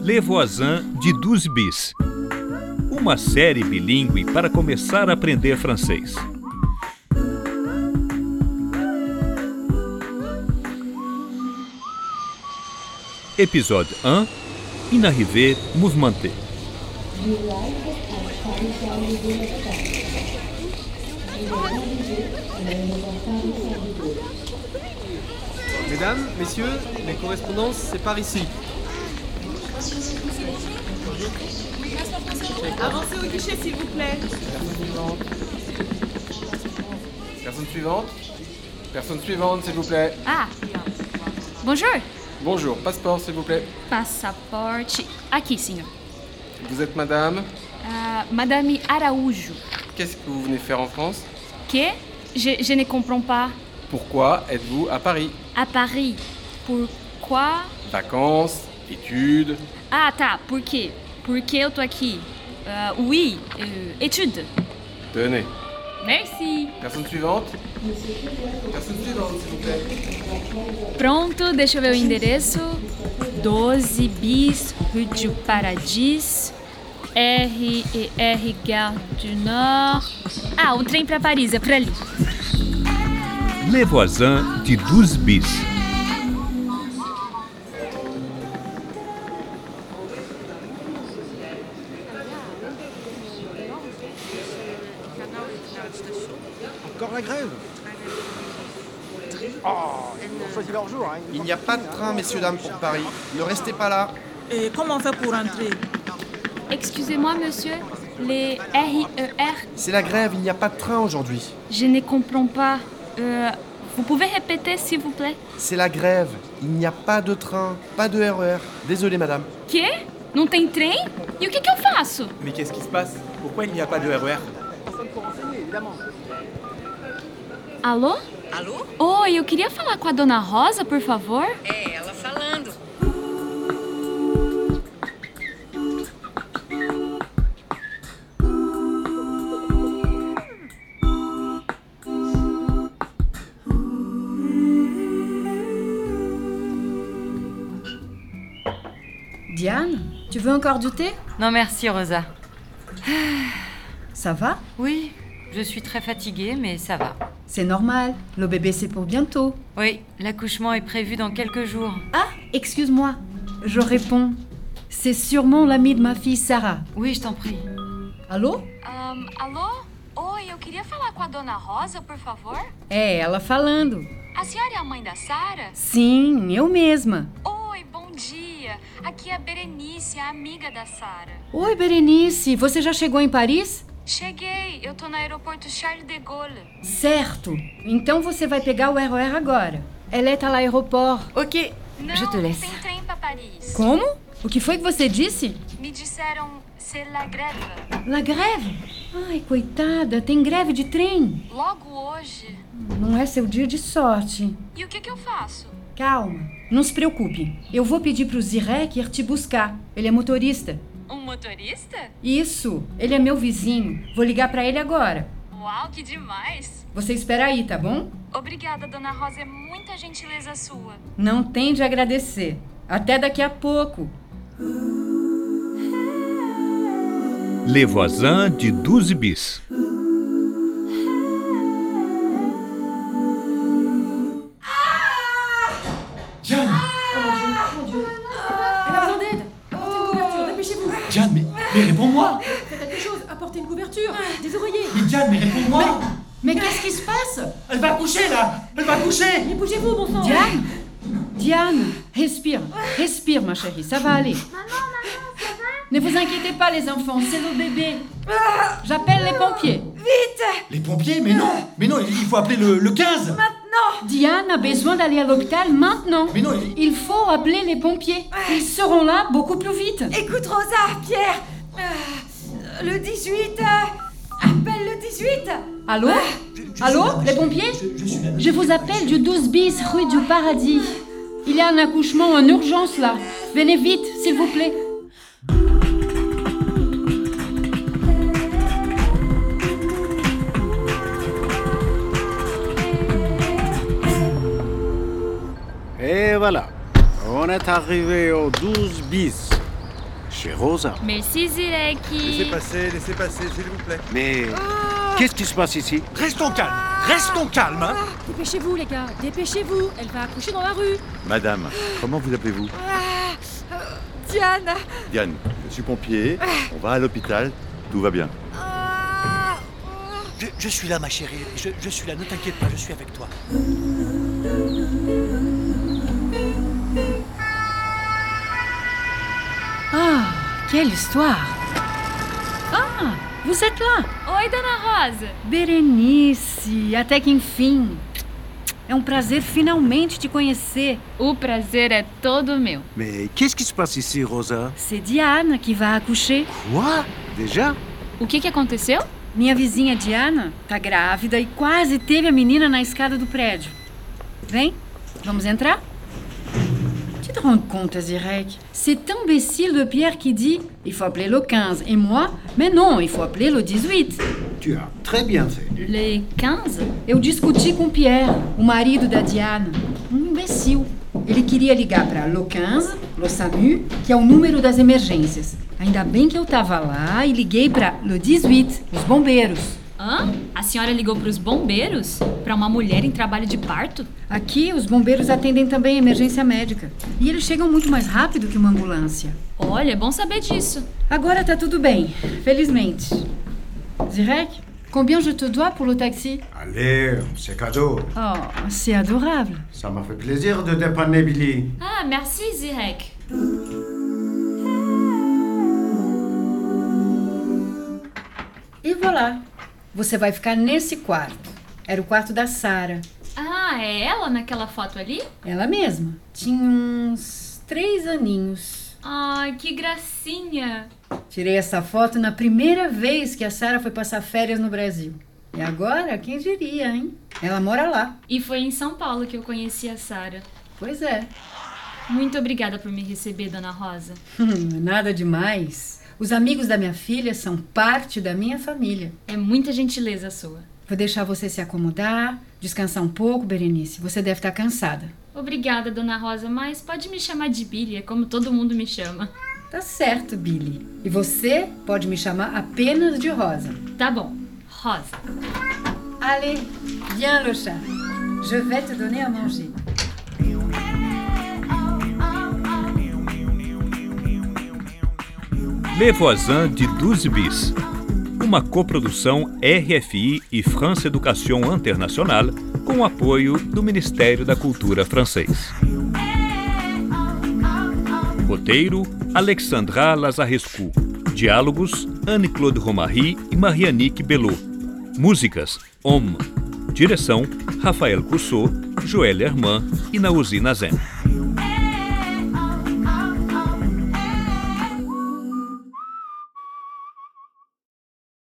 Levoisin de Douze Bis. Uma série bilíngue para começar a aprender francês. Épisode 1 Inarrivé mouvementé. Mesdames, messieurs, les correspondances, c'est par ici. Avancez au guichet, s'il vous plaît. Personne suivante Personne suivante, s'il vous plaît. Ah, bonjour. Bonjour, passeport, s'il vous plaît. Passaporte. Aqui, senhor. Vous êtes madame Ah, Madame Araújo. Qu'est-ce que vous venez faire en France Que? Je, je ne comprends pas. Pourquoi êtes-vous à Paris À Paris. Pourquoi? Vacances Études Ah, tá. Por quê? Por que eu tô aqui? Ah, oui. euh, étude. Tenez. Merci. Personne suivante Personne suivante, s'il vous plaît. Pronto, deixa eu ver o endereço. 12 bis, Rue du Paradis. R e R Gare du Nord. Ah, o trem para Paris é por ali. Levoisin de Douze Bis. Encore la grève Oh, ils ont choisi leur jour. hein. Il n'y a pas de train, messieurs, dames, pour Paris. Ne restez pas là. Et comment on fait pour entrer Excusez-moi, monsieur. Les RIER, C'est la grève, il n'y a pas de train aujourd'hui. je ne comprends pas. Euh, vous pouvez répéter, s'il vous plaît C'est la grève. Il n'y a pas de train, pas de RER. Désolé, madame. Que? Não tem trem? E o que, que eu faço? Mais qu'est-ce qui se passe Pourquoi il n'y a pas de RER Alô? Alô? Oi, Oh, eu queria falar com a dona Rosa, por favor. É, ela falando. Diane, tu veux encore du thé Non merci Rosa. Ça va Oui, je suis très fatiguée mais ça va. C'est normal, le bébé c'est pour bientôt. Oui, l'accouchement est prévu dans quelques jours. Ah, excuse-moi, je réponds. C'est sûrement l'ami de ma fille Sarah. Oui, je t'en prie. Allô alô? Oi, eu queria falar com a dona Rosa, por favor. É, ela falando. A senhora é a mãe da Sara? Sim, eu mesma. Oi, bom dia. Aqui é a Berenice, a amiga da Sara. Oi, Berenice, você já chegou em Paris Cheguei, eu tô no aeroporto Charles de Gaulle. Certo. Então você vai pegar o RER agora. Ela está lá no aeroporto. Ok, je te laisse. tem trem pra Paris. Como? O que foi que você disse? Me disseram, c'est la grève. La greve? Ai, coitada, tem greve de trem. Logo hoje. Não é seu dia de sorte. E o que, que eu faço? Calma, não se preocupe. Eu vou pedir pro Zirek ir te buscar. Ele é motorista. Um motorista? Isso, ele é meu vizinho. Vou ligar pra ele agora. Uau, que demais! Você espera aí, tá bom? Obrigada, dona Rosa, é muita gentileza sua. Não tem de agradecer. Até daqui a pouco. Levoisin de Douze Bis. Diane Attendez, apportez une couverture, dépêchez-vous. Diane, mais, mais réponds-moi Faites quelque chose, apportez une couverture. Des oreillers. Mais Diane, mais réponds-moi Mais qu'est-ce qui se passe Elle va coucher, là Elle va coucher Mais bougez-vous, bon sang. Diane Diane, respire, respire, ma chérie, ça va aller. Ne vous inquiétez pas, les enfants, c'est le bébé. J'appelle les pompiers. Les pompiers Mais non Mais non, il faut appeler le, le 15 Diane a besoin d'aller à l'hôpital maintenant. Mais non, il- Il faut appeler les pompiers. Ils seront là beaucoup plus vite. Écoute Rosa, Pierre, euh, le 18, euh, appelle le Euh, 18. Allô Allô Les pompiers Je vous appelle du 12 bis rue du Paradis. Il y a un accouchement en urgence là. Venez vite, s'il vous plaît. Et voilà, on est arrivé au 12 bis, Chez Rose Merci Zireki. passer, laissez passer, s'il vous plaît. Mais. Ah Qu'est-ce qui se passe ici Restons calmes, restons calmes, hein Dépêchez-vous, les gars, dépêchez-vous. Elle va accoucher dans la rue. Ah, euh, Madame, comment vous appelez-vous Diane Diane, je suis Ah. pompier, on va à l'hôpital, tout va bien. Ah. je, je suis là, ma chérie. Je, je suis là, ne t'inquiète pas, je suis avec toi. Ah, quelle histoire Ah, vous êtes là Oi, Dona Rosa. Berenice, até que enfim. É um prazer finalmente te conhecer. O prazer é todo meu. Mais qu'est-ce qui se passe ici, Rosa C'est Diane qui va accoucher. Quoi Déjà O que, que aconteceu? Minha vizinha Diana tá grávida e quase teve a menina na escada do prédio. Vem, vamos entrar? Tu te rends compte, Zirek Cet imbécile de Pierre qui dit il faut appeler le 15 et moi, mais non, il faut appeler le 18. Tu as très bien fait. Le 15? Eu discuti com Pierre, o marido da Diana. Um imbecil. Ele queria ligar para Lo 15, Lo SAMU, que é o número das emergências. Ainda bem que eu tava lá e liguei para Lo 18, os bombeiros. Hã? A senhora ligou pros bombeiros? Pra uma mulher em trabalho de parto? Aqui, os bombeiros atendem também a emergência médica. E eles chegam muito mais rápido que uma ambulância. Olha, é bom saber disso. Agora tá tudo bem, felizmente. Zirek, combien je te dois pour le taxi? Allez, c'est cadeau. Oh, c'est adorable. Ça m'a fait plaisir de dépanner Billy. Ah, merci Zirek. E voilà. Você vai ficar nesse quarto. Era o quarto da Sara. Ah, é ela naquela foto ali? Ela mesma. Tinha uns três aninhos. Ai, que gracinha. Tirei essa foto na primeira vez que a Sara foi passar férias no Brasil. E agora, quem diria, hein? Ela mora lá. E foi em São Paulo que eu conheci a Sara. Pois é. Muito obrigada por me receber, Dona Rosa. Hum, nada demais. Os amigos da minha filha são parte da minha família. É muita gentileza sua. Vou deixar você se acomodar, descansar um pouco, Berenice. Você deve estar cansada. Obrigada, Dona Rosa, mas pode me chamar de Billy, é como todo mundo me chama. Tá certo, Billy. E você pode me chamar apenas de Rosa. Tá bom, Rosa. Allez, viens le chat. Je vais te donner à manger. Les Voisins de 12 Bis, uma coprodução RFI e France Education Internacional com apoio do Ministério da Cultura francês. Roteiro: Alexandra Lazarescu. Diálogos: Anne-Claude Romary e Marianique Belot. Músicas: Homme. Direção: Rafael Cousseau, Joël Herman e Nauzi Nazem.